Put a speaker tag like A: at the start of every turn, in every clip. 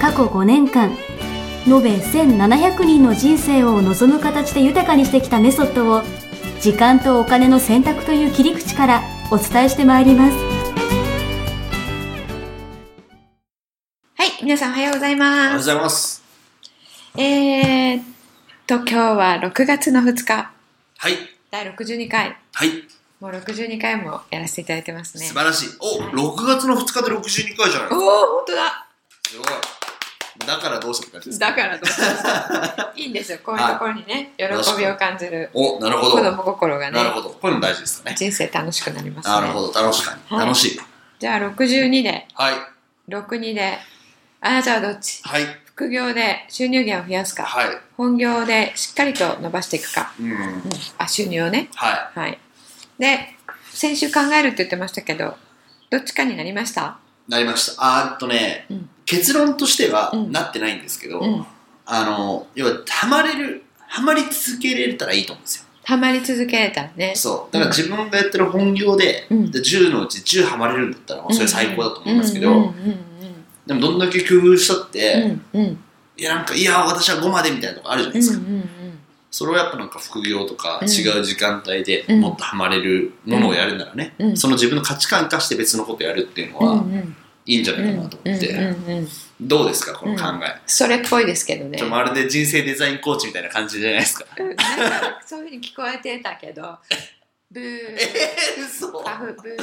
A: 過去5年間延べ1700人の人生を望む形で豊かにしてきたメソッドを時間とお金の選択という切り口からお伝えしてまいります
B: はい、皆さんおはようござい
C: おは
B: ま
C: ようご
B: す。
C: ざいます。
B: えーっと、今日は6月の2日、
C: はい。
B: 第62回、
C: はい。
B: もう62回もやらせていただいてますね。
C: 素晴らしい。お、6月の2日で62回じゃない
B: おお、本当だ
C: すごい。だからどうしたって感じです。
B: だからどう したいいんですよ、こういうところにね、喜びを感じる
C: お、なるほ
B: 子
C: ど。
B: 供心がね
C: なる、ほど。こういうの大事ですよね。
B: 人生楽しくなります
C: なる
B: ね。
C: ほど。楽しかに。
B: はい
C: 楽しい。
B: じゃあ62で、
C: はい。
B: 62で、あなたはどっち
C: はい。
B: 副業で収入源を増やすか、
C: はい。
B: 本業でしっかりと伸ばしていくか、
C: うん。
B: うんあ、収入をね。
C: は
B: はい。で、先週考えるって言ってましたけど、どっちかになりました。
C: い。なりました。あーっとね
B: うん、
C: 結論としては
B: うん
C: なってないんですけど、
B: うん。
C: あの、要は、ハマれる、ハマり続けれたらいいと思うんですよ。
B: ハマり続けたらね。
C: そう。だから自分がやってる本業で、
B: うん
C: で10のうち10ハマれるんだったら、もうそれ最高だと思いますけど、
B: うんうんうん
C: でもどんだけ工夫したって、
B: うんうんうん
C: いやなんかいや私は5までみたいなとこあるじゃないですか、
B: うん
C: それをやっぱなんか副業とか
B: うん
C: 違う時間帯で
B: うん
C: もっとハマれるものをやるならね、
B: うん
C: その自分の価値観化して別のことやるっていうの
B: うんうん
C: は
B: うん
C: いいんじゃないかなと思って、
B: うんうん
C: どうですかこの考え、
B: それっぽいですけどね
C: ちょ。まるで人生デザインコーチみたいな感じじゃないですか
B: うんなんかそういうふうに聞こえてたけど、ブー、
C: えー、嘘
B: パフブー、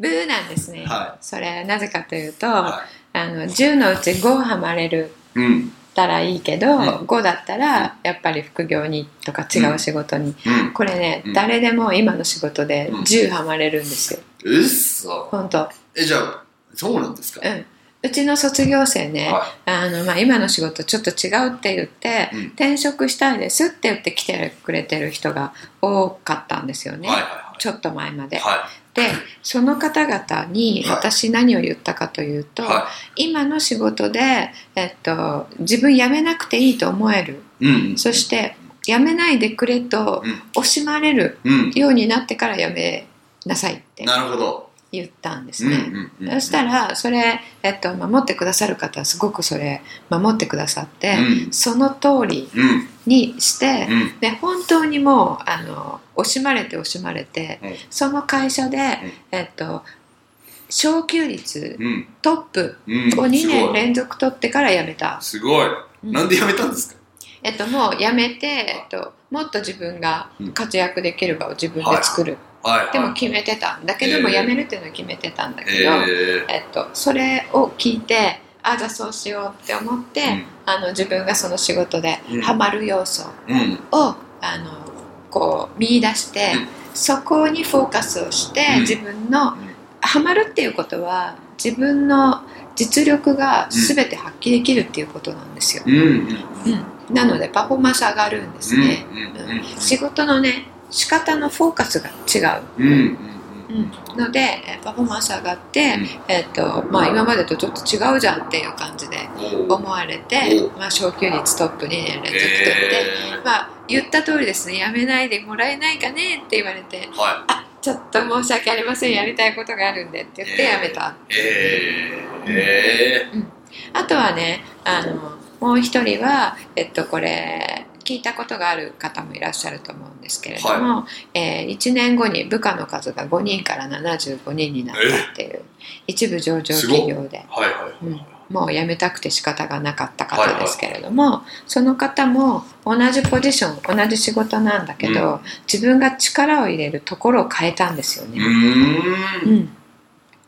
B: ブーなんですね。
C: は
B: それなぜかというと、
C: は
B: あの10のうち5ハマれる
C: い、うん、うん、
B: ったらいいけど、
C: ん
B: 5だったらやっぱり副業にとか違う仕事に、これね、
C: うん
B: 誰でも今の仕事で
C: うん
B: 10ハマれるんですよ
C: うっそ
B: 本当
C: えじゃあそうなんですか、
B: うんうちの卒業生ね、
C: は
B: あのまあ、今の仕事ちょっと違うって言って、
C: うん
B: 転職したいですって言って来てくれてる人が多かったんですよ
C: い、
B: ね、
C: はいは
B: ちょっと前まで、
C: いはい
B: でその方々に
C: はい
B: 私何を言ったかというと、
C: は
B: 今の仕事で、えっと、自分辞めなくていいと思える
C: いうん
B: そして辞めないでくれと
C: うん
B: 惜しまれる
C: うん
B: ようになってから辞めなさいって
C: なるほど、
B: 言ったんで
C: う
B: す
C: んう
B: ね。
C: んうん、
B: そしたらそれ、えっと、守ってくださる方はすごくそれ守ってくださって、
C: うん
B: その通り
C: うん
B: にして
C: う、ん
B: で本当にもうあの惜しまれて惜しまれて、
C: うん
B: その会社で、えっと、昇給率
C: うん
B: トップ
C: うん
B: を2
C: すご
B: 年
C: い
B: 連続取ってから辞めた。
C: すごい。
B: うん
C: なんでやめたんですか。
B: えっと、もうやめて、えっと、もっと自分が活躍できる場を自分で作る、
C: はい、はい。
B: でも決めてたんだけども、
C: えー
B: やめるっていうのは決めてたんだけど、え
C: え
B: っと、それを聞いてあじゃあそうしようって思って、
C: うん
B: あの自分がその仕事で
C: うん
B: ハマる要素を、
C: ー、うん。
B: あのこう見出して、
C: うん
B: そこにフォーカスをして、
C: うん
B: 自分のハマるっていうことは自分の実力が全て発揮できるっていうことなんですよ。
C: うんうん
B: うん、なのでパフォーマンス上がるんですね、うん仕事のね仕方のフォーカスが違う、
C: うんうんうんうん
B: のでえーパフォーマンス上がって、えーっとまあ、今までとちょっと違うじゃんっていう感じで
C: うんおー
B: 思われて
C: お、
B: まあ、昇給率トップ2年連続取って、
C: えー
B: まあ、言った通りですねやめないでもらえないかねって言われて
C: は
B: ちょっと申し訳ありませんやりたいことがあるんでって言ってやめた、
C: い。えー、え
B: あとはねあのもう一人は、えっと、これ聞いたことがある方もいらっしゃると思うんですけれども、えー1年後に部下の数が5人から75人になったっていう一部上場企業です
C: ごいはいはい。
B: うんもう辞めたくて仕方がなかった方ですけれども、その方も同じポジション同じ仕事なんだけど、自分が力を入れるところを変えたんですよ
C: う
B: ね。
C: ーん。
B: うん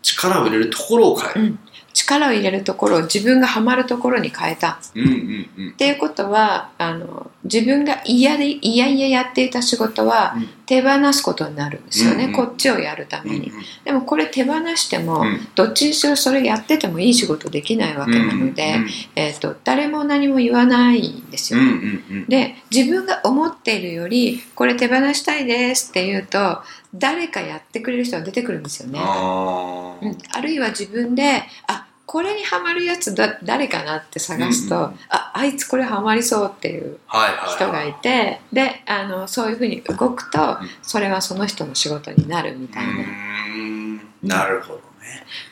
C: 力を入れるところを変える。
B: 力を入れるところを自分がハマるところに変えた
C: うんうんうん
B: っていうことはあの自分が嫌で嫌々やっていた仕事は、
C: うん
B: 手放すことになるんですよね、
C: うんうん
B: こっちをやるた
C: う
B: め
C: ん
B: に、でもこれ手放しても、
C: うん
B: どっちにしろそれやっててもいい仕事できないわけなので、えー、と誰も何も言わないんです
C: うん
B: よ、
C: うんうん
B: で自分が思っているよりこれ手放したいですって言うと誰かやってくれる人が出てくるんですよね、
C: あ
B: うん、あるいは自分であこれにはまるやつだ誰かなって探すと、
C: うんうん
B: ああいつこれはまりそうっていう
C: あはいはい
B: 人がいてであのそういうふうに動くと
C: うん
B: それはその人の仕事になるみ
C: う
B: たいな、
C: ーんなるほどね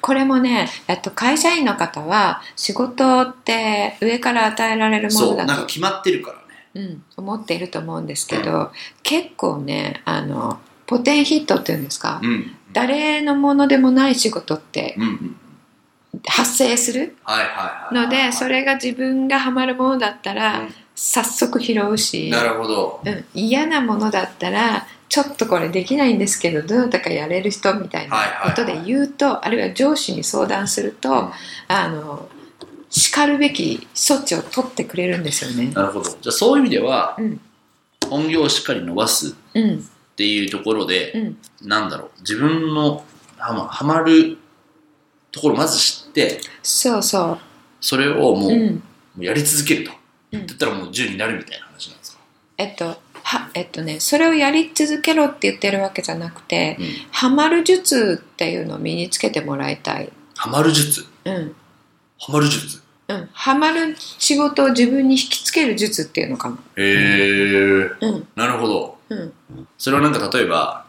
B: これもねえっと会社員の方は仕事って上から与えられるも
C: そ
B: の
C: うなん
B: だ
C: か
B: と
C: 決まってるからね
B: うん、思っていると思うんですけど、結構ねあのポテンヒットっていうんですか、
C: うん
B: 誰のものでもない仕事って
C: うんうん
B: 発生する
C: はいはいはい
B: のでそ
C: れ
B: れが自分がハマるものだったら早速拾うし、
C: なるほど
B: うん、嫌なものだったらちょっとこれできないんですけどどなたかやれる人みたいなことで言うと、あるいは上司に相談すると、あの叱るべき措置を取ってくれるんですよね。
C: なるほどじゃあそういう意味では
B: うん
C: 本業をしっかり伸ばす
B: うん
C: っていうところ
B: う
C: で
B: ん
C: なんだろう自分のはまはまるところをまず知って
B: そうそ
C: それをも
B: う、
C: う
B: うん、
C: もうやり続けると
B: うん
C: だったらもう10になるみたいな話なんですか
B: えっとはえっとねそれをやり続けろって言ってるわけじゃなくて
C: うん
B: ハマる術っていうのを身につけてもらいたい、
C: ハマる術
B: うん
C: ハマる術
B: うん、ハマる仕事を自分に引きつける術っていうのかも、
C: へえ
B: うん
C: なるほど
B: うん、
C: それはなんか例えば、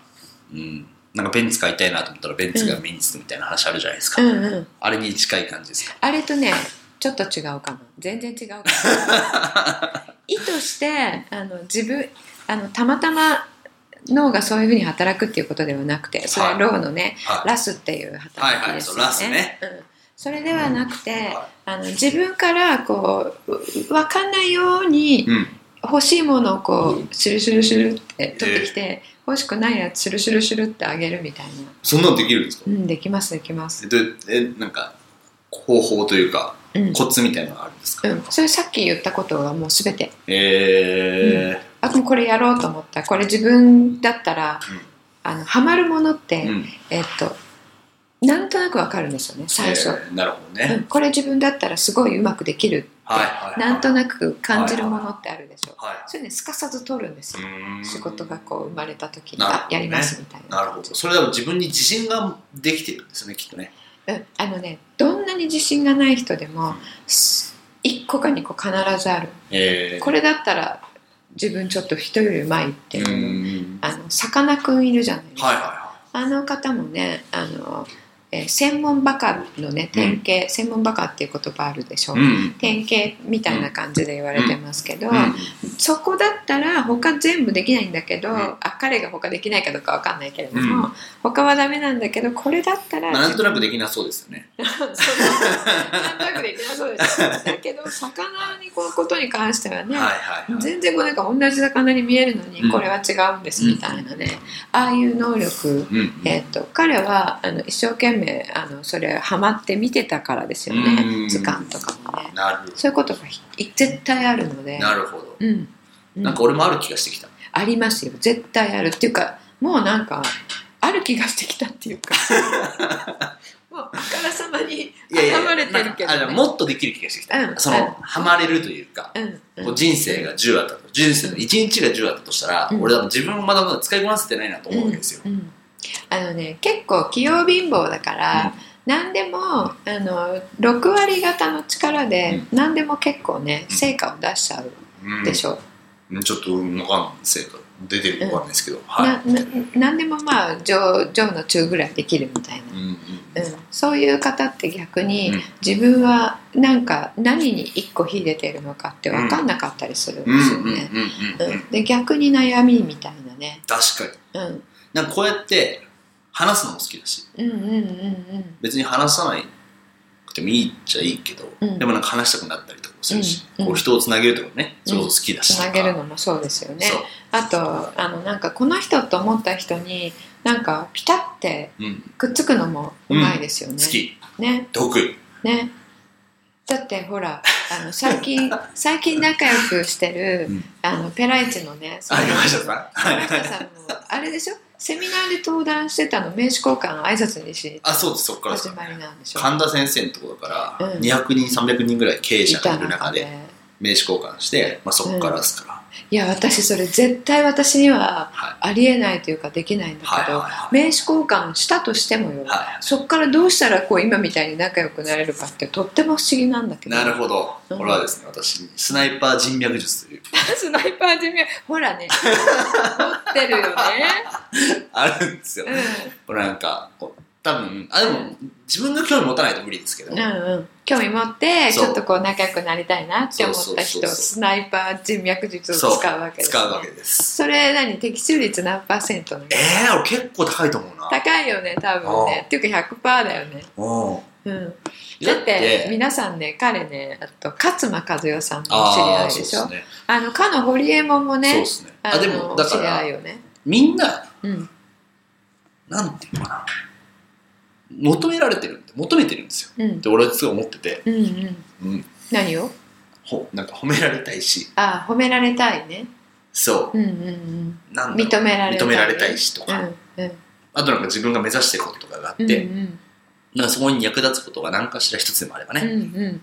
C: うん、なんかベンツ買いたいなと思ったらベンツが目につくみたいな話あるじゃないですか、
B: うんうん
C: あれに近い感じですか
B: あれとねちょっと違うかも全然違うか も意図してあの自分あのたまたま脳がそういうふうに働くっていうことではなくてそれは脳のね、
C: はい
B: ラスっていう働きですよね。
C: はいはいそうラスね
B: うん、それではなくて、
C: は
B: あの自分からこうう分かんないように
C: うん
B: 欲しいものをこうシュルシュルシュルって取ってきて、欲しくないやつシュルシュルシュルってあげるみたいな、
C: そんなのできるんですか
B: うん、できますできます、
C: えどえなんか方法というか
B: うん
C: コツみたいなのがあるんですか、
B: うん、それさっき言ったことがもう全て
C: え
B: あもうこれやろうと思ったこれ自分だったら、
C: うん
B: あのハマるものって、
C: ーうん
B: えっとなんとなくわかるんですよね最初、
C: えーなるほどね、
B: うん、これ自分だったらすごいうまくできる
C: はいはいはい
B: なんと
C: く
B: なく感じるものってあるでしょ
C: は
B: そういうのすかさず取るんです
C: い
B: よ
C: うーん
B: 仕事がこう生まれた時に
C: なるほ
B: あ
C: どね
B: やりますみたいな
C: なるほどそれでも自分に自信ができてるんですよねきっとね
B: うん、あのねどんなに自信がない人でもす一個か二個必ずある
C: え
B: これだったら自分ちょっと人よりうまいって
C: う
B: いう
C: ーん
B: あのさかなクンいるじゃないですか、
C: はいはいは
B: あの方もねあの、えー専門バカのね典型、専門バカっていう言葉あるでしょ、
C: いうん
B: 典型みたいな感じで言われてますけど、
C: うん
B: そこだったら他全部できないんだけど、
C: うん
B: あ彼が他できないかどうかわかんないけれども、
C: う
B: 他はダメなんだけどこれだったら
C: まあなんとなくできなそうですよね
B: そうなんとなくできなそうですだけ ど魚にこのことに関してはね、
C: はいはいはい
B: 全然こうなんか同じ魚に見えるのに
C: うん
B: これは違うんですみたいなね、ああいう能力、
C: うん
B: えっと彼はあの一生懸命あのそれハマって見てたからですよね、
C: うん
B: 図鑑とかもね
C: なる
B: そういうことがひ絶対あるので。
C: なるほど、
B: うんうん
C: なんか俺もある気がしてきた
B: ありますよ絶対あるっていうかもうなんかある気がしてきたっていう かもうあからさまに現れてるけど、
C: なんかあ
B: ね、
C: もっとできる気がしてきた、
B: うん
C: そ
B: うん
C: のハマれるというか、
B: うんうん
C: こう人生が10あったと人生の1日が10あったとしたら、
B: うん
C: 俺多分自分をまだまだ使いこなせてないなと思うわけですよ、
B: うんあのね結構器用貧乏だから、何でもあの6割方の力で何でも結構ね
C: うん
B: 成果を出しちゃう
C: うん
B: でしょ、
C: うんちょっと分かんないせいか出てるかわかんないですけど、はい、
B: なな何でもまあ上上の中ぐらいできるみたいな
C: うんうん
B: うん、そういう方って逆に、
C: うん
B: 自分はなんか何に一個秀でてるのかって分かんなかったりするんで
C: うん
B: すよ
C: うんうんうん
B: ね。
C: うん
B: うんで逆に悩みみたいなね、
C: 確かに
B: うん、
C: なんかこうやって話すのも好きだし
B: うんうんうん
C: 別に話さないくてもいいっちゃいいけど、
B: うん
C: でもなんか話したくなったりとかもするし、
B: うんうん
C: こう人をつなげるとかね、そういうこと好きだし
B: つなげるのもそうですよね
C: そう
B: あとあのなんかこの人と思った人になんかピタって
C: うん、
B: くっつくのもうまいですよね、
C: 好き
B: ね
C: 得意
B: ねだってほらあの最 近最近仲良くしてる
C: うん
B: あのペライチのねその
C: あ、山下さんはい
B: 山下さんもあれでしょセミナーで登壇してたの名刺交換を挨拶にし
C: あ、そうです、そっからです
B: 始
C: よ
B: まりなんでしょ
C: 神田先生のところから
B: うん
C: 200人、300人ぐらい経営者がいる
B: いた
C: 中
B: 中
C: で
B: で
C: 名刺交換して、まあ、そこからですから、
B: いや私それ絶対私には
C: はい
B: ありえないというかできないんだ
C: はい
B: け
C: は
B: ど、
C: いはい
B: 名刺交換したとしてもよ、
C: は
B: そこからどうしたらこう今みたいに仲良くなれるかってとっても不思議なんだけ
C: い
B: ど
C: なるほど、
B: うん
C: これはですね私スナイパー人脈術 という
B: スナイパージミほらね持ってるよね、
C: あるんですよ、
B: う
C: これなんかこう多分あでも、
B: う
C: 自分が興味持たないと無理ですけど、
B: ん、うんうん興味持って
C: そう
B: ちょっとこう仲良くなりたいなって思った
C: そうそう
B: 人
C: そうそう
B: スナイパー人脈術を
C: そう
B: 使うわけです、ね、
C: 使うわけです
B: それ何的中率何パーセントなの
C: えー、俺結構高いと思うな
B: 高いよね多分ねっていうか100%だよね
C: うん
B: うんだって皆さんね彼ねあと勝間和代さんも知り合
C: あ
B: い
C: あ
B: で
C: そうで
B: しょ
C: すね
B: あのかの堀エモ門も
C: そう
B: ね
C: ですね
B: あ
C: あ
B: の
C: でもだか
B: 知り合い
C: ら
B: よね、
C: みんな
B: うん、
C: なんていうのかな求められてるんで求めてるんですよ
B: うん
C: で俺はすごい思ってて、
B: うんうん
C: うん、
B: 何を
C: ほなんか褒められたいし
B: あ褒められたいね
C: そう
B: うんうん
C: なん
B: うん
C: だろう
B: 認められたい、
C: 認められたいしと
B: う
C: か、
B: んうん
C: あとなんか自分が目指してることとかがあっ
B: うん
C: て、
B: うん
C: なんかそこに役立つことが何かしら一つでもあればね、
B: うんうん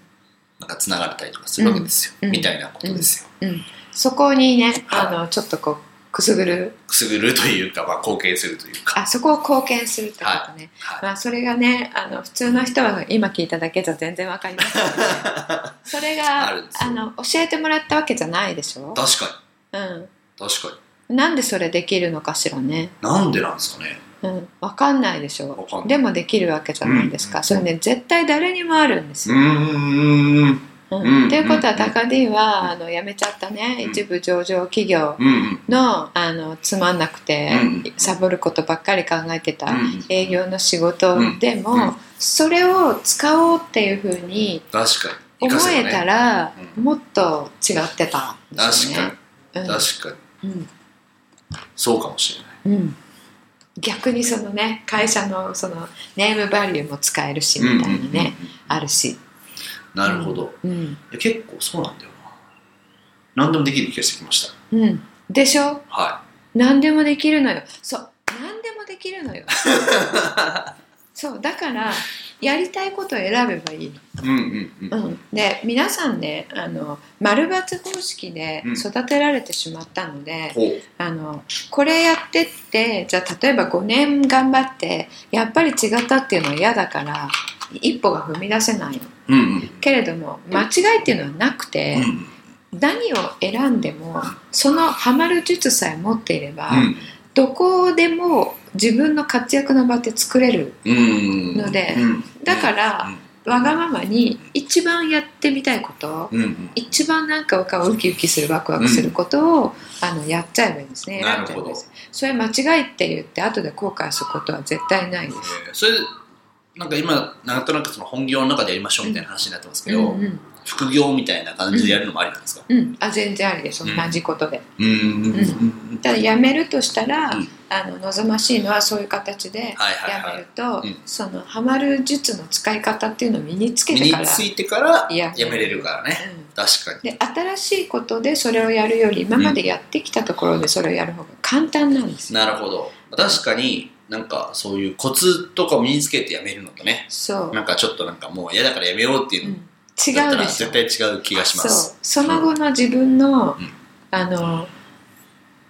C: なんか繋がれたりとかするわけですよ、
B: うん
C: みたいなことですよ、
B: そこにね
C: はい
B: あのちょっとこうくすぐる
C: くすぐるというか、まあ、貢献するというか
B: あそこを貢献するってことね、
C: はい
B: まあ、それがねあの普通の人は今聞いただけじゃ全然わかりませ ん、ね、それが
C: あるんですよ
B: の教えてもらったわけじゃないでしょ、
C: 確か
B: う
C: に確か
B: ん、なんでそれできるのかしらね、
C: になんでなんですかね
B: うん、わかんないでしょ
C: わかんない
B: でもできるわけじゃないですか、
C: うん
B: それね絶対誰にもあるんです
C: う
B: よ、
C: ーんうん
B: うん
C: うん
B: っていうことは
C: うん
B: 高 D はあの辞めちゃったね
C: うん
B: 一部上場企業
C: うん
B: のあのつまんなくて
C: うん
B: サボることばっかり考えてた、
C: うん
B: 営業の仕事でも、
C: うんうん
B: それを使おうっていうふうに
C: 確かに
B: 思えた
C: ら、
B: ら、
C: うん
B: もっと違ってたんです
C: 確
B: よね
C: か。
B: 確
C: に確かに
B: うん
C: そうかもしれない
B: うんうん逆にそのね会社のそのネームバリューも使えるしみたいなね、
C: うんうんうんうん
B: あるし、
C: なるほど、い
B: うん
C: や結構そうなんだよな何でもできる気がしてきました
B: うん、でしょ
C: は
B: 何でもできるのよそう何でもできる のよそうだからやりたいことを選べばいいの
C: いうんうんう
B: うんん、で皆さんねあの丸×方式で
C: うん
B: 育てられてしまったので、
C: ほう
B: あのこれやってってじゃあ例えば5年頑張ってやっぱり違ったっていうのは嫌だから一歩が踏み出せないの
C: うんうん
B: けれども間違いっていうのはなくて
C: うんう、ん
B: 何を選んでもそのハマる術さえ持っていれば、
C: うん
B: どこでも自分の活躍の場って作れる
C: うん
B: ので
C: うん
B: だからわがままに一番やってみたいこと、
C: うんうん
B: 一番なんか僕はウキウキするワクワクすることを、あのやっちゃえばいいんですね
C: なるほ
B: 選んじゃえ
C: ど
B: ばいいですそれ間違いって言って後で後悔することは絶対ないです、
C: えーそれなんか今なんとなくその本業の中でやりましょうみたいな話になってますけ
B: う
C: ど、
B: んうん
C: 副業みたいな感じでやるのもありなんですか
B: うん、あ全然ありです同じことで、
C: うんうんうんうんうん
B: ただやめるとしたら、
C: うん
B: あの望ましいのはそういう形で
C: はいはい
B: や
C: は
B: め
C: い
B: ると、
C: うん
B: そのハマる術の使い方っていうのを身につけ
C: 身
B: て
C: に
B: から、
C: ついてから
B: いや
C: やめれるからね
B: うん
C: 確かに
B: で新しいことでそれをやるより今までやってきたところでそれをやる方が簡単なんですよ、
C: なるほど確かになんかそういうコツとかを身につけてやめるのとね
B: そう、
C: なんかちょっとなんかもう嫌だからやめようっていううんの
B: 違
C: だっ
B: う
C: たら
B: でしょ
C: 絶対違う気がしま
B: そ
C: す
B: うその後の自分の、
C: うん
B: あの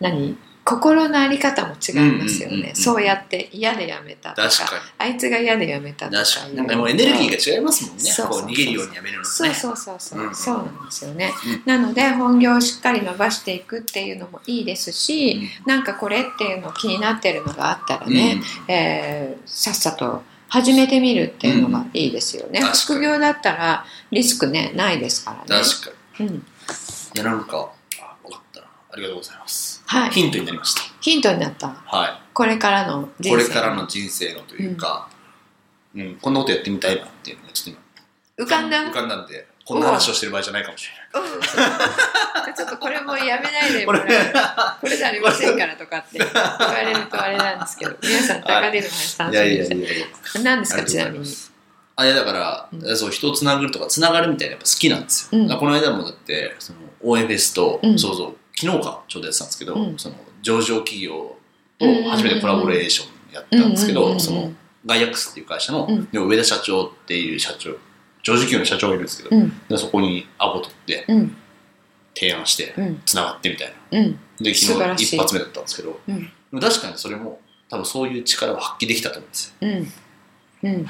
B: 何心の在り方も違いますよね、
C: うんうんうんうん
B: そうやって嫌でやめたとか
C: 確か
B: あいつが嫌でやめた
C: に
B: とか
C: 確かになんかもうエネルギーが違いますもんね
B: そう
C: こ
B: そうそ
C: う
B: う
C: 逃げるようにやめるのと
B: そ
C: ね
B: うそうそうそう、
C: うんうん
B: そうなんですよね、
C: うん
B: なので本業をしっかり伸ばしていくっていうのもいいですし、
C: う
B: なんかこれっていうの気になってるのがあったら
C: ん
B: ね、えーさっさと始めてみるっていうのがいいですよね、
C: うん確かに
B: 副業だったらリスクねないですからね
C: 確かに
B: うん
C: いやなんかあ分かったなありがとうございます
B: はい、
C: ヒントになりました
B: ヒントになった
C: はい
B: これからの
C: こ
B: 人
C: れ
B: 生
C: からの人生のというか、うんこんなことやってみたいなっていうのがちょっと今
B: 浮かんだ
C: 浮かんだんでこんな話をしてる場合じゃないかもし
B: うんそうちょっとこれもうやめないで
C: れ
B: もら
C: な
B: う
C: いこ
B: こ
C: れ
B: れじゃありませんからとかって言われるとあれなんですけど皆さん高出る話楽
C: い
B: し
C: や
B: み
C: い
B: にし
C: や
B: て
C: いやいや
B: 何です
C: あ
B: かち
C: りがとうご
B: な
C: ざ
B: いみ
C: ま
B: に
C: すあいやだから、
B: う
C: そう人をつなぐとかつながるみたいなやっぱ好きなんです
B: う
C: よ、
B: ん
C: だからこの間もだってその応援フェスと、
B: うん
C: そうそう昨日かちょうどやってたんですけど、
B: うん
C: その上場企業と
B: うん
C: 初めてコラボレーションやったんですけど、
B: うんうんうんうん
C: そのガイアックスっていう会社の、
B: うん
C: でも上田社長っていう社長上場企業の社長がいるんですけど、
B: うん
C: でそこにアポ取って
B: うん
C: 提案して
B: うん
C: つながってみたいな
B: うん
C: で
B: 素晴
C: 昨
B: らし
C: 日
B: い
C: 一発目だったんですけど
B: うん
C: でも確かにそれも多分そういう力を発揮できたと思うんですよ
B: うんうん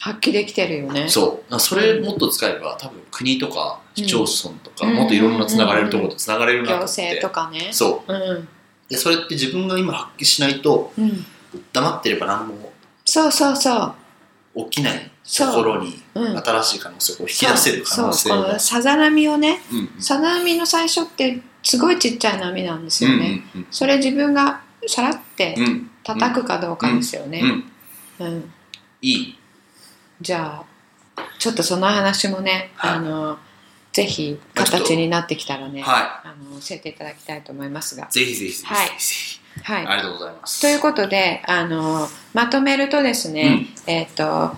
B: 発揮できてるよね
C: そうだからそれもっと使えば多分国とか市町村とか、
B: うん
C: もっといろんなつながれるところとつながれるなと
B: 行
C: 思って、
B: 政とかね、
C: そう
B: ん
C: うでそれって自分が今発揮しないと
B: うん、
C: 黙ってれば何も
B: そうそうそう
C: 起きないところに
B: うん
C: 新しい可能性をこう引き出せる可能性
B: そうこ
C: が
B: のさざ波をね
C: うんうん
B: さざ波の最初ってすごいちっちゃい波なんですよね、
C: うん
B: それ自分がさらって
C: うんうん
B: 叩くかどうかですよね、
C: うんうん
B: うん、
C: いい
B: じゃあちょっとその話もね、
C: はい
B: あのぜひ形になってきたらね、
C: は
B: あの教えていただきたいと思いますが
C: い。ぜひぜひぜひぜひ、
B: はい
C: ぜひ
B: はい、
C: ありがとうございます
B: ということであのまとめるとですね、えっ、と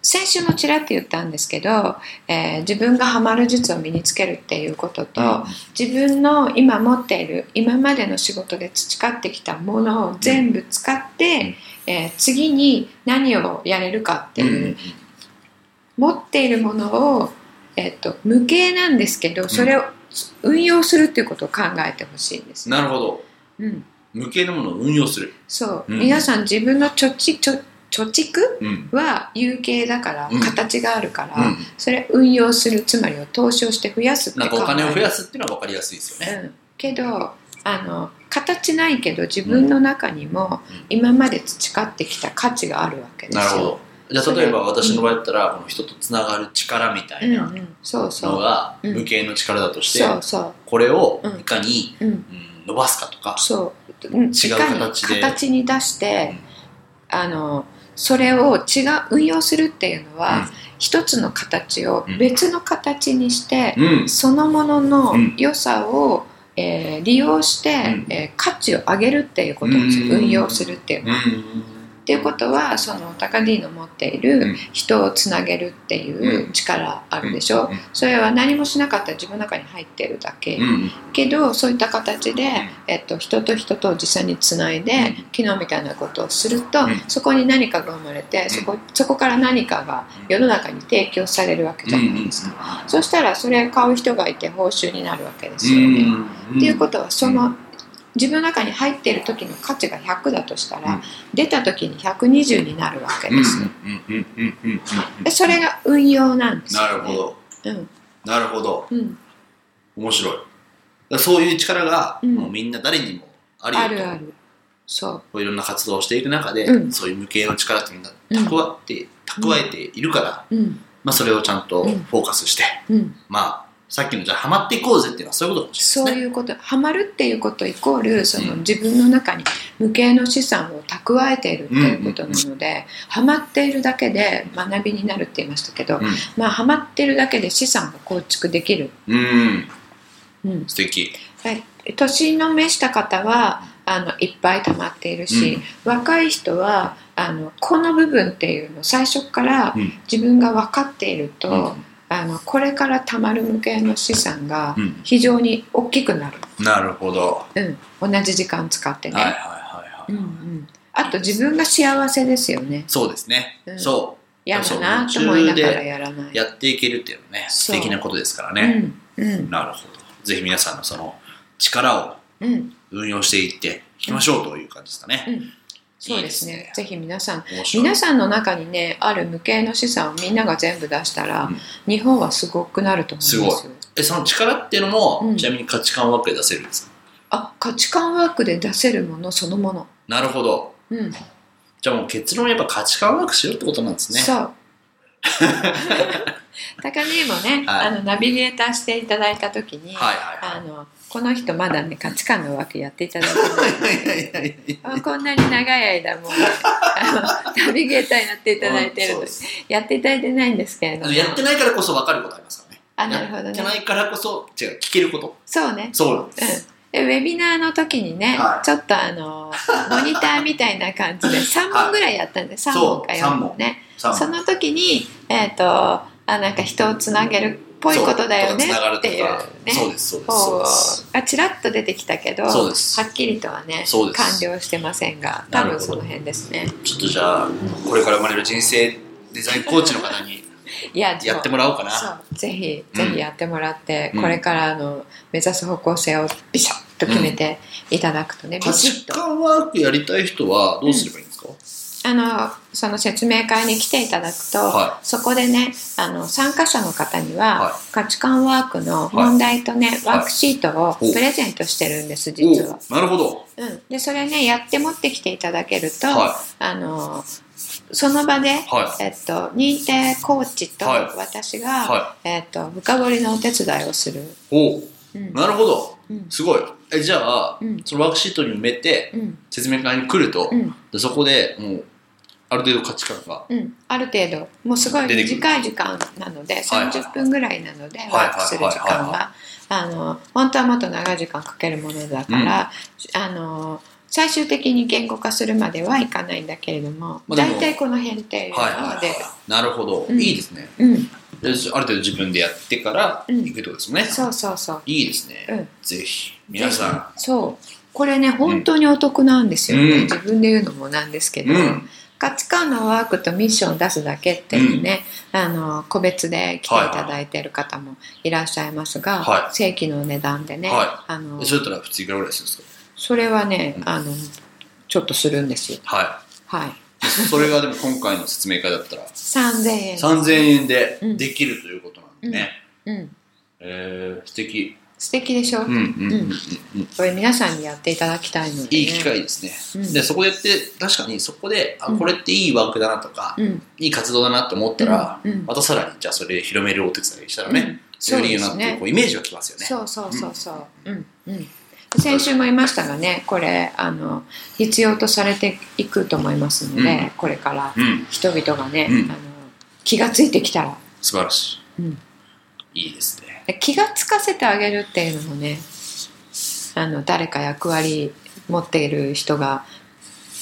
B: 先週もちらっと言ったんですけど、えー自分がハマる術を身につけるっていうことと、自分の今持っている今までの仕事で培ってきたものを全部使って、えー次に何をやれるかって
C: うんうん
B: いうう、
C: ん
B: 持っているものを、えっと無形なんですけどそれを運用するっていうことを考えてほしいんです、
C: なるほど
B: うん、
C: 無形のものを運用する、
B: そう、
C: うん
B: 皆さん自分の貯蓄貯貯蓄
C: うん
B: は有形だから
C: うん
B: 形があるから、
C: うん、
B: それ運用するつまりを投資をして増やすって
C: なんかお金を増やすっていうのは分かりやすいですよね、
B: うん、けどあの形ないけど自分の中にも
C: うん
B: 今まで培ってきた価値があるわけですよ。
C: なるほど。じゃ
B: そ
C: あ
B: れ
C: 例えば私の場合だったら、この人とつながる力みた
B: う
C: い
B: ん
C: な
B: うん、そうそ
C: の
B: う。
C: が
B: うん
C: 無形の力だとして、
B: そうそ
C: これを
B: うん
C: いかに、
B: う。うん、
C: うん伸ばすかとか、
B: そう。うん、
C: 違う
B: いかに
C: 形で
B: 形に出して、あのそれを違う運用するっていうのは、
C: うん
B: 一つの形を
C: うん
B: 別の形にして、
C: うん、
B: そのものの
C: うん
B: 良さを、えー利用して、
C: うん
B: えー価値を上げるっていうことなんですよ
C: うん
B: 運用するっていうのは。
C: うん
B: っていうことはその高 D の持っている人をつなげるっていう力あるでしょ、
C: うん
B: それは何もしなかったら自分の中に入ってるだけ、
C: うん
B: けどそういった形で、
C: ん
B: えっと、人と人と実際につないで、
C: うん
B: 昨日みたいなことをすると、
C: うん
B: そこに何かが生まれてそこそこから何かが世の中に提供されるわけじゃないですか、そしたらそれ買う人がいて報酬になるわけですよね。っていうことはその自分の中に入っている時の価値が100だとしたら、
C: うん
B: 出た時に120になるわけ
C: うん
B: ですよ、
C: うんうんうんうんうん
B: でそれが運用なんですよ、
C: なるほど
B: うん
C: なるほど
B: うん
C: 面白いだからそういう力が、
B: うん
C: もうみんな誰にもあるよ
B: あ
C: と
B: るあるそ
C: こういろんな活動をしていく中で、
B: うん
C: そういう無形の力ってみんな蓄えて、蓄えているから、
B: ううん
C: まあ、それをちゃんと
B: うん
C: フォーカスして、
B: うん
C: まあさっきのじゃあハマっていこうぜっていうのはそういうことかもしれ
B: そう
C: ないですね。
B: いうことハマるっていうことイコールその
C: うん
B: 自分の中に無形の資産を蓄えているっていうことなので、ハマっているだけで学びになるって言いましたけど、まあハマっているだけで資産が構築できる、
C: うん、うん、
B: うん、
C: 素敵。
B: はい年の召した方はあのいっぱい溜まっているし、若い人はあのこの部分っていうのを最初から
C: うん
B: 自分が分かっていると、
C: うん
B: あのこれから溜まる無形の資産が
C: うん
B: 非常に大きくなる、
C: なるほど。は
B: うん、同じ時間使って
C: い
B: ね、
C: はいはいはい。
B: うんうん、あと自分が幸せですよね
C: そうですね。
B: うん
C: そ
B: 嫌だなと思いながらやらな
C: う
B: い。
C: やっていけるっていうのはね、素
B: そう
C: 敵なことですからね。
B: うんうん
C: なるほど。ぜひ皆さんのその力を
B: うん
C: 運用していっていきましょうという感じですか
B: う
C: ね。
B: ん、そうですね
C: いいです
B: ぜひ皆さん
C: 面白い。
B: 皆さんの中にねある無形の資産をみんなが全部出したら、
C: うん
B: 日本はすごくなると思います
C: す
B: よ
C: えその力っていうのも、
B: うん
C: ちなみに価値観枠で出せるんですか。
B: あ価値観ワークで出せるものそのもの、
C: なるほど。
B: うん
C: じゃあもう結論やっぱ価値観枠しようってことなんですね。
B: そう 高見もね、
C: はい
B: あのナビゲーターしていただいた時に、
C: はいはいはい
B: あ。のこの人まだね価値観のワークやっていただいてない
C: い
B: あこんなに長い間もうあのナビゲーターやっていただいて るんですやっていただいてないんですけれども
C: やってないからこそ分かることありますからね。
B: あなるほど
C: やっ
B: ね
C: てないからこそ、違う、聞けること。
B: そうね
C: そ
B: うん、
C: う
B: でウェビナーの時にね、
C: はい
B: ちょっとあのモニターみたいな感じで3本ぐらいやったんで、す3本か
C: そう
B: 4本ね
C: さ
B: その時にえっ、とあなんか人をつなげるっぽいことだよね
C: そうとか繋がる
B: っていう
C: とか
B: ね
C: そうですそうですそう
B: こ
C: です
B: うがちらっと出てきたけど
C: そうです
B: はっきりとはね
C: そう
B: 完
C: です
B: 了してませんが多
C: なる
B: 分
C: ほど
B: その辺ですね
C: ちょっとじゃあこれから生まれる人生デザインコーチの方に
B: いや
C: やってもらおうかな
B: そうぜひ
C: う
B: ぜ
C: ん
B: ひやってもらって、
C: うん
B: これからあの目指す方向性をビシャッと決めていただくとね、
C: 価
B: ビシ
C: 値
B: ッと
C: 観ワークやりたい人はどうすればいいんですか、
B: あのその説明会に来ていただくと、
C: は
B: そこでねあの参加者の方には、
C: はい
B: 価値観ワークの問題とね、
C: はい
B: ワークシートを
C: お
B: プレゼントしてるんです実は。
C: おなるほど
B: うん、でそれねやって持ってきていただけると、
C: は
B: あのその場で、
C: はい
B: えっと、認定コーチと
C: はい
B: 私が、
C: は
B: えっと、深掘りのお手伝いをする。
C: お
B: うん
C: なるほど
B: うん
C: すごいえじゃあ、
B: うん
C: そのワークシートに埋めて
B: うん
C: 説明会に来ると、
B: うん
C: でそこでもうある程度価値観が
B: うん、ある程度もうすごい
C: 出てくる
B: 短い時間なので
C: はいはい
B: 30分ぐらいなので
C: いはい
B: ワークする時間はあの本当はもっと長い時間かけるものだから、あの最終的に言語化するまではいかないんだけれども
C: まあでも
B: 大体この辺っていうの
C: はい
B: で、
C: はいはいなるほど、
B: うん
C: いいですね
B: うん、
C: である程度自分でやってから
B: うん
C: 行くってことですもんね、
B: そうそうそう
C: いいですね、
B: うん
C: ぜひ皆さ
B: そうこれね本当にお得なんですよね、
C: うん
B: 自分で言うのもなんですけ
C: ん
B: ど、
C: うん
B: 価値観のワークとミッション出すだけっていうね、あの個別で来ていただいてる方もいらっしゃいますが、
C: は
B: 正規の値段でね、
C: は
B: あの
C: でそれだったら普通いくらぐらいするんです
B: それはね、
C: うん
B: あのちょっとするんですよ
C: かは
B: はい
C: いそれがでも今回の説明会だったら
B: 3000円
C: 3000円で
B: うん
C: できるということなんでね、
B: うん、
C: えー素敵
B: 素敵でしょ、
C: うんうんうんうん、うん、
B: これ皆さんにやっていただきたいので、ね、
C: いい機会ですね、
B: うん
C: でそこでやって確かにそこであ
B: うん
C: これっていいワークだなとか、
B: うん
C: いい活動だなって思ったら、
B: うんうん
C: またさらにじゃあそれ広めるお手伝いしたらね、
B: うん
C: よりいいなっていうこうイメージがきますよね
B: そうそうそうそう。うんうん。先週も言いましたがね、これあの必要とされていくと思いますので、
C: うん
B: これから
C: うん
B: 人々がね、
C: うん
B: あの気がついてきたら、
C: 素晴らし
B: うん
C: いいいですね
B: 気がつかせてあげるっていうのもね、あの誰か役割持っている人が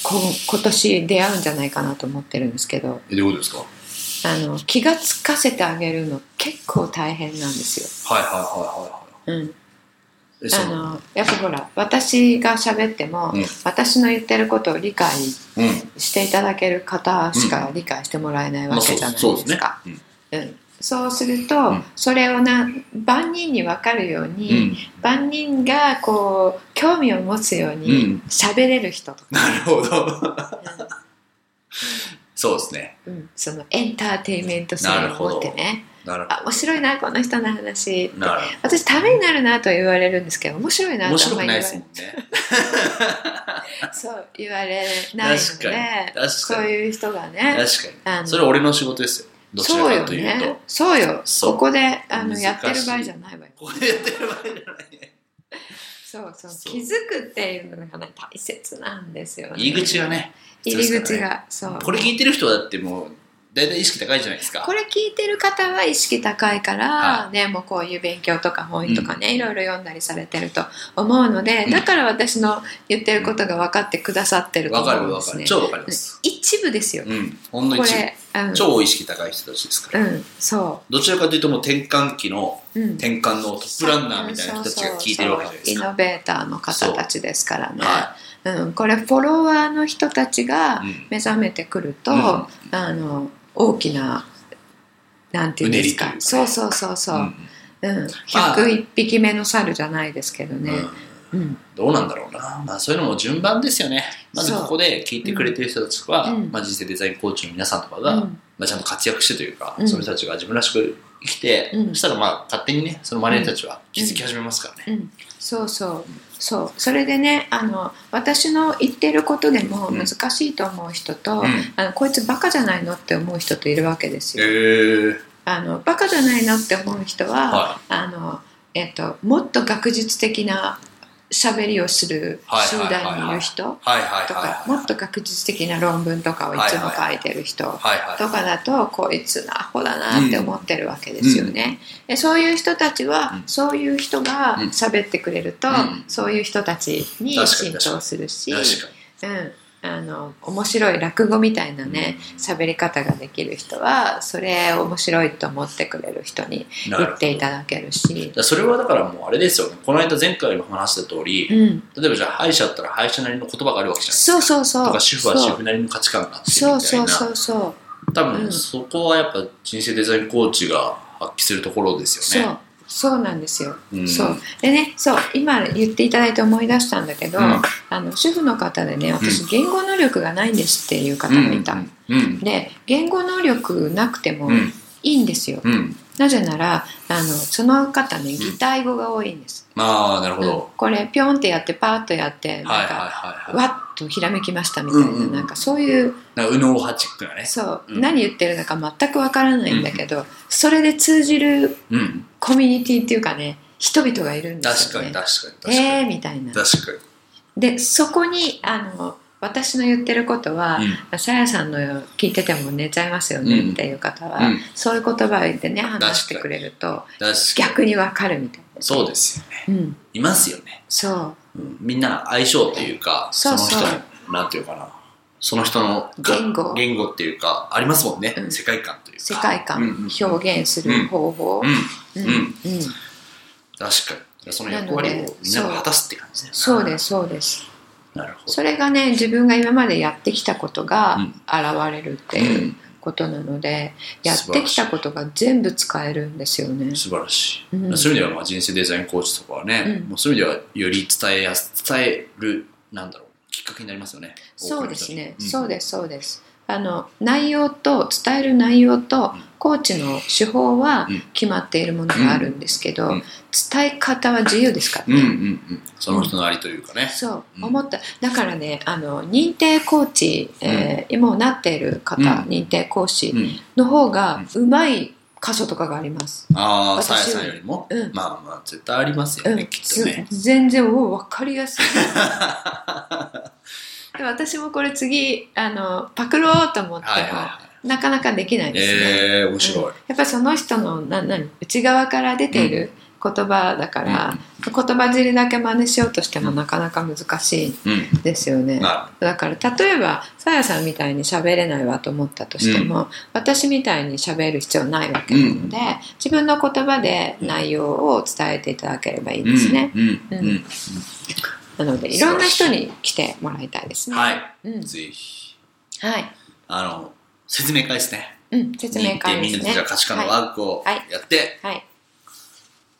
B: こ今年出会うんじゃないかなと思ってるんですけど、
C: えどういうことですか
B: あの気がつかせてあげるの結構大変なんです
C: はいはいはいはいは
B: よ。うん。
C: いえ
B: あ
C: その
B: のやっぱほら私が喋っても、
C: うん
B: 私の言ってることを理解
C: うん
B: していただける方しか理解してもらえない
C: ま
B: わ
C: あそ
B: け
C: う
B: じゃない
C: そうで
B: ですす
C: ね
B: か。
C: うん
B: うんそうすると、
C: うん
B: それをな万人に分かるよう
C: う
B: に、
C: ん
B: 万人がこう興味を持つよう
C: う
B: に
C: ん
B: 喋れる人とか、
C: なるほど そうですね
B: うんうんそのエンターテインメント性を持ってね
C: なる
B: あ面白いなこの人の話
C: ほどなるほ
B: 私ためになるなと言われるんですけど面白い
C: ど
B: なとあ
C: 面
B: ん
C: 白く
B: ま
C: な
B: り
C: い
B: 言われ
C: ですもんね
B: そう言われないの
C: 確かに
B: で
C: 確
B: そ
C: か
B: う
C: に
B: いう人が
C: 確
B: ね
C: か
B: あ
C: に
B: の
C: それは俺の仕事ですよどち
B: そう
C: ら
B: よ
C: かというと
B: ねそうよ
C: そう
B: ここであの
C: 難しい
B: やってる場合じゃないわよ
C: こうやってる場合じゃないね
B: そうそう
C: そう
B: 気づくっていうのがね大切なんですよね
C: 入り口がね
B: 入り口がそう
C: これ聞いてる人だってもう大体意識高いじゃないですか
B: これ聞いてる方は意識高いから、
C: は
B: ね、もうこういう勉強とか本とかね、いろいろ読んだりされてると思うので、だから私の言ってることが分かってくださってると
C: わか
B: 思
C: る
B: うんで
C: わ
B: す
C: かる
B: ね。
C: 超わかります
B: 一部ですよ。
C: うんほんの
B: こ
C: 一部
B: れ、うん、
C: 超意識高い人たちですから
B: うん、そ
C: どちらかというともう転換期の
B: う。うん
C: 転換のトップランナーみたいな人たちが聞いてるわけじゃ
B: そう
C: ないです
B: そうそうイ
C: か。
B: ノベーターの方たちですからね
C: は
B: う、ん、これフォロワーの人たちが
C: うん
B: 目覚めてくると、
C: うん
B: あの大きななんていうんですか
C: うねりというか
B: そうそうそうそう、うん
C: まあ
B: 101匹目の猿じゃないですけど
C: うん
B: ね、
C: うん
B: うん
C: どうなんだろうな、まあ、そういうのも順番ですよねまず
B: そう
C: ここで聞いてくれてる人たちは、
B: うん
C: まあ、人生デザインコーチの皆さんとか
B: う
C: が、
B: ん
C: まあ、ちゃんと活躍してというか、
B: うん
C: その人たちが自分らしく生きて、
B: うん
C: そしたらまあ勝手にねそのマネージャーたちは気づき始めますからね、
B: うん、そうそうそうそれでねあの私の言ってることでも難しいと思う人と、
C: うん
B: あのこいつバカじゃないのって思う人といるわけですよ。
C: えー
B: あのバカじゃないなって思う人は、
C: は
B: あのえっともっと学術的な喋りをする
C: はい
B: 集
C: はいはいはい
B: 団にいる人
C: はいはい
B: と
C: はい
B: かもっと学術的な論文とかをいつも書いてる人
C: はいはい
B: とかだとこいつなアホだなって思ってるわけですよね。でそういう人たちは、
C: うん
B: そういう人が
C: うん
B: 喋ってくれると、
C: うん
B: そういう人たちに
C: 確か
B: 浸
C: に
B: 透するし、
C: 確かに
B: うん、あの面白い落語みたいなね喋り方ができる人はそれ面白いと思ってくれる人に
C: な
B: 言
C: るほど
B: っていただけるし。
C: じゃあそれはだからもうあれですよねこの間前回も話した通り
B: うん、
C: 例えばじゃあ歯医者だったら歯医者なりの言葉があるわけじゃない
B: そうそうそう
C: とか主婦は主
B: そう
C: 婦なりの価値観があってみたい
B: そ
C: な
B: うそうそうそう
C: 多
B: うん
C: 分そこはやっぱ人生デザインコーチが発揮するところです
B: そ
C: よね
B: うそうなんですよ、
C: うん
B: そうでねそう今言っていただいて思い出したんだけど、
C: うん
B: あの主婦の方でね私言語能力がないんですっていう方
C: うん
B: がいた、
C: うんうん
B: で言語能力なくても
C: うん
B: いいんですよ、
C: うん
B: なぜならあのその方ね擬態語が多いんです、
C: まあなるほ
B: うん
C: ど
B: これピョンってやってパーッとやってなんか、
C: はいはいはいはい
B: わっとひらめきましたみたいな、
C: うんうん
B: なんかそういう
C: なんか右脳派チックなね
B: そう、
C: うん
B: 何言ってるのか全くわからないんだけど、それで通じる
C: うん
B: コミュニティっていうかね人々がいるんです
C: 確
B: よね
C: かに確かに確かに
B: えーみたいな
C: 確かに
B: でそこにあの私の言ってることはさや、さんの聞いてても寝ちゃいますよねっていう方は、
C: うん
B: そういう言葉でね話してくれると
C: 確か
B: 逆にわかるみたい
C: にそうですよ
B: な、
C: ね
B: うん、
C: いますよね
B: そう
C: うんみんな相性というか
B: そうそう
C: の人のなんていうかなその人の
B: 言語
C: 言語っていうかありますもんね、
B: うん
C: 世界観というか
B: 世界観、
C: うんうん
B: 表現する方法、
C: うん
B: うん
C: ん
B: うん
C: 確かにその役割
B: なの
C: を
B: で
C: みんなが果たすって感じだよね
B: そうですそうです
C: なるほど
B: それがね自分が今までやってきたことが
C: うん
B: 現れるっていうことなので、
C: うん
B: やってきたことが全部使えるんですよね。
C: 素晴らしい、
B: うん
C: そういう意味ではまあ人生デザインコーチとかはね、
B: うん
C: もうそういう意味ではより伝えやす伝えるなんだろうきっかけになりますよね
B: そうですね、
C: 多
B: そう
C: くの人に
B: ですそうですあの内容と伝える内容と、
C: うん
B: コーチの手法は
C: うん
B: 決まっているものがあるんですけど、
C: うん
B: 伝え方は自由ですから
C: うん
B: ね、
C: うんうんその人のありというかね、
B: そう
C: うん
B: 思っただからねあの認定コーチ、えー今なっている方、
C: うん
B: 認定講
C: う
B: 師
C: ん、
B: の方がうまい箇所とかがあります。
C: ああ
B: 私
C: さやさんよりも、
B: うん
C: まあまあ絶対ありますよ
B: う
C: ね、
B: ん、
C: きっとね
B: す全然お分かりやすいで私もこれ次あのパクろうと思っても、
C: はいはいは
B: なかなかできない
C: い
B: ですね、
C: ええー、面白い、
B: うんやっぱりその人のな何内側から出ている言葉だから、言葉尻だけ真似しようとしてもなかなか難しい
C: うん
B: ですよね、
C: な
B: だから例えばさやさんみたいに喋れないわと思ったとしても、私みたいに喋る必要ないわけなので、自分の言葉で内容を伝えていただければいい
C: る
B: ですね、
C: うんうんうん
B: なのでいろんな人に来てもらいたいですね。。
C: はいい、
B: うん、
C: ぜひ
B: はい。
C: あの説明会ですね
B: うん、説明会
C: に行
B: です
C: ってみんなで
B: ね。
C: じゃあ価値観の
B: は
C: ワークを
B: はいはい
C: やって
B: い。はい。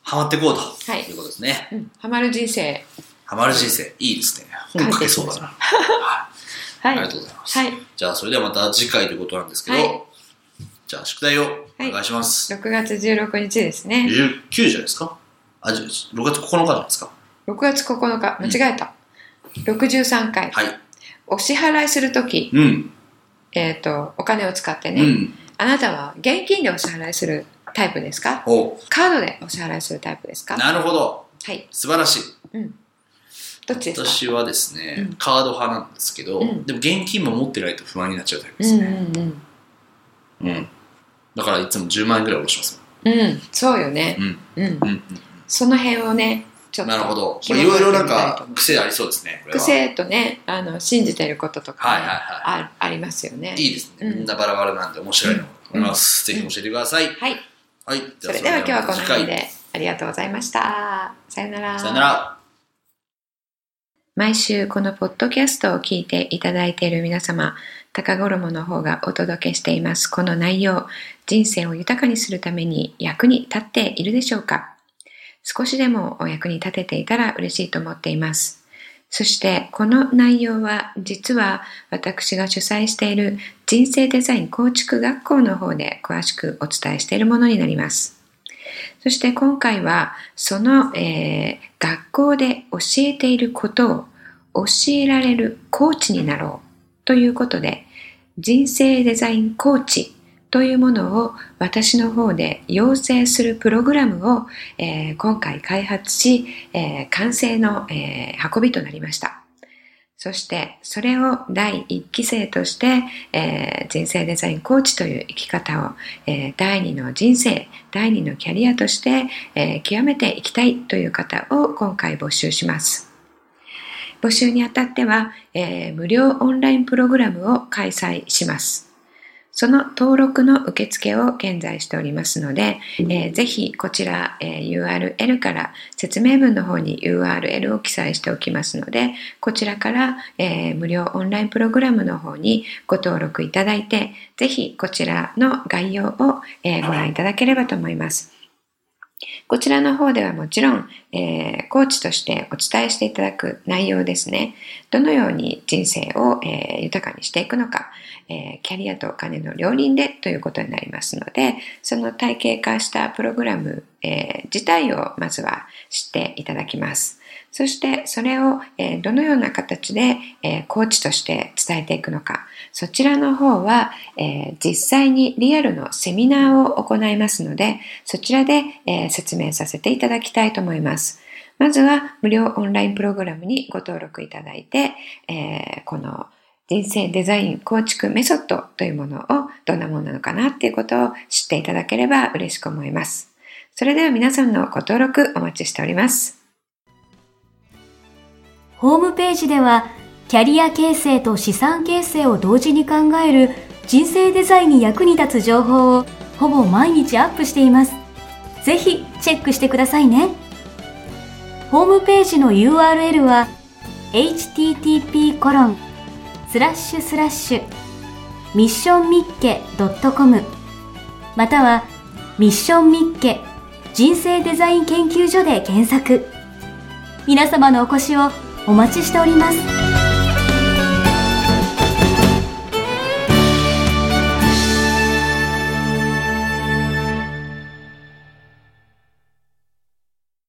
C: ハマっていこうと、
B: はい
C: いうことですね
B: うん、ハマる人生。
C: ハマる人生いいですね本書けそうだな、
B: は
C: あ
B: い。
C: り
B: はい。
C: がとうございます、
B: はい
C: じゃあそれではまた次回ということなんですけど、
B: はい
C: じゃあ宿題をお願いします、
B: 6月16日ですね。
C: 19じゃないですかあじゃあ6月9日じゃないですか
B: 6月9日、間違えた。63回。
C: はい
B: お支払いするとき、
C: うん
B: えっ、と、お金を使って
C: う
B: ね、
C: ん
B: あなたは現金でお支払いするタイプですか
C: お
B: カードでお支払いするタイプですか
C: なるほど
B: はい。
C: 素晴らしい
B: うん。どっちですか
C: 私はですね、
B: うん
C: カード派なんですけど、
B: うん
C: でも現金も持ってないと不安になっちゃうタイプ
B: う
C: で
B: ん
C: す
B: う
C: ね、
B: んうん。
C: うんだからいつも10万円ぐらい下ろします
B: うん、そうよね
C: も。ん、
B: うん
C: う。ん
B: その辺をね、ちょっと。
C: なるほどこ
B: 紐
C: れ
B: 解
C: いろいろ
B: て
C: なん
B: みたいと
C: か
B: 思います
C: 癖ありそうですねこれは
B: 癖とねあの信じてることとか、
C: はいはい
B: あありますよね
C: はいいいですね、
B: うん
C: みんなバラバラなんで面白いなと思います、
B: うん
C: ぜひ教えてください、
B: はい
C: はいじ
B: そ
C: ゃあ
B: れでは今日はこの
C: それ
B: 辺
C: ではま
B: でありがとうございましたさよな
C: た
B: ら
C: 次回さよなら
B: 毎週このポッドキャストを聞いていただいている皆様高衣の方がお届けしていますこの内容人生を豊かにするために役に立っているでしょうか少しでもお役に立てていたら嬉しいと思っていますそしてこの内容は実は私が主催している人生デザイン構築学校の方で詳しくお伝えしているものになりますそして今回はその、えー学校で教えていることを教えられるコーチになろうということで人生デザインコーチというものを私の方で養成するプログラムを、えー今回開発し、えー完成の、えー運びとなりました。そしてそれを第1期生として、えー人生デザインコーチという生き方を、えー第2の人生第2のキャリアとして、えー極めていきたいという方を今回募集します。募集にあたっては、えー無料オンラインプログラムを開催します。その登録の受付を現在しておりますので、えーぜひこちら、えー URL から説明文の方に URL を記載しておきますので、こちらから、えー無料オンラインプログラムの方にご登録いただいて、ぜひこちらの概要を、えーご覧いただければと思います。こちらの方ではもちろん、えーコーチとしてお伝えしていただく内容ですね。どのように人生を、えー豊かにしていくのか、えーキャリアとお金の両輪でということになりますので、その体系化したプログラム、えー自体をまずは知っていただきます。そしてそれを、えーどのような形で、えーコーチとして伝えていくのか、そちらの方は、えー実際にリアルのセミナーを行いますので、そちらで、えー説明させていただきたいと思います。まずは無料オンラインプログラムにご登録いただいて、えーこの人生デザイン構築メソッドというものをどんなものなのかなっていうことを知っていただければ嬉しく思います。それでは皆さんのご登録お待ちしております。
A: ホームページでは、キャリア形成と資産形成を同時に考える人生デザインに役に立つ情報をほぼ毎日アップしています。ぜひチェックしてくださいね。ホームページの URL は http コロンスラッシュスラッシュミッションミッケ .com またはミッションミッケ人生デザイン研究所で検索。皆様のお越しをお待ちしております。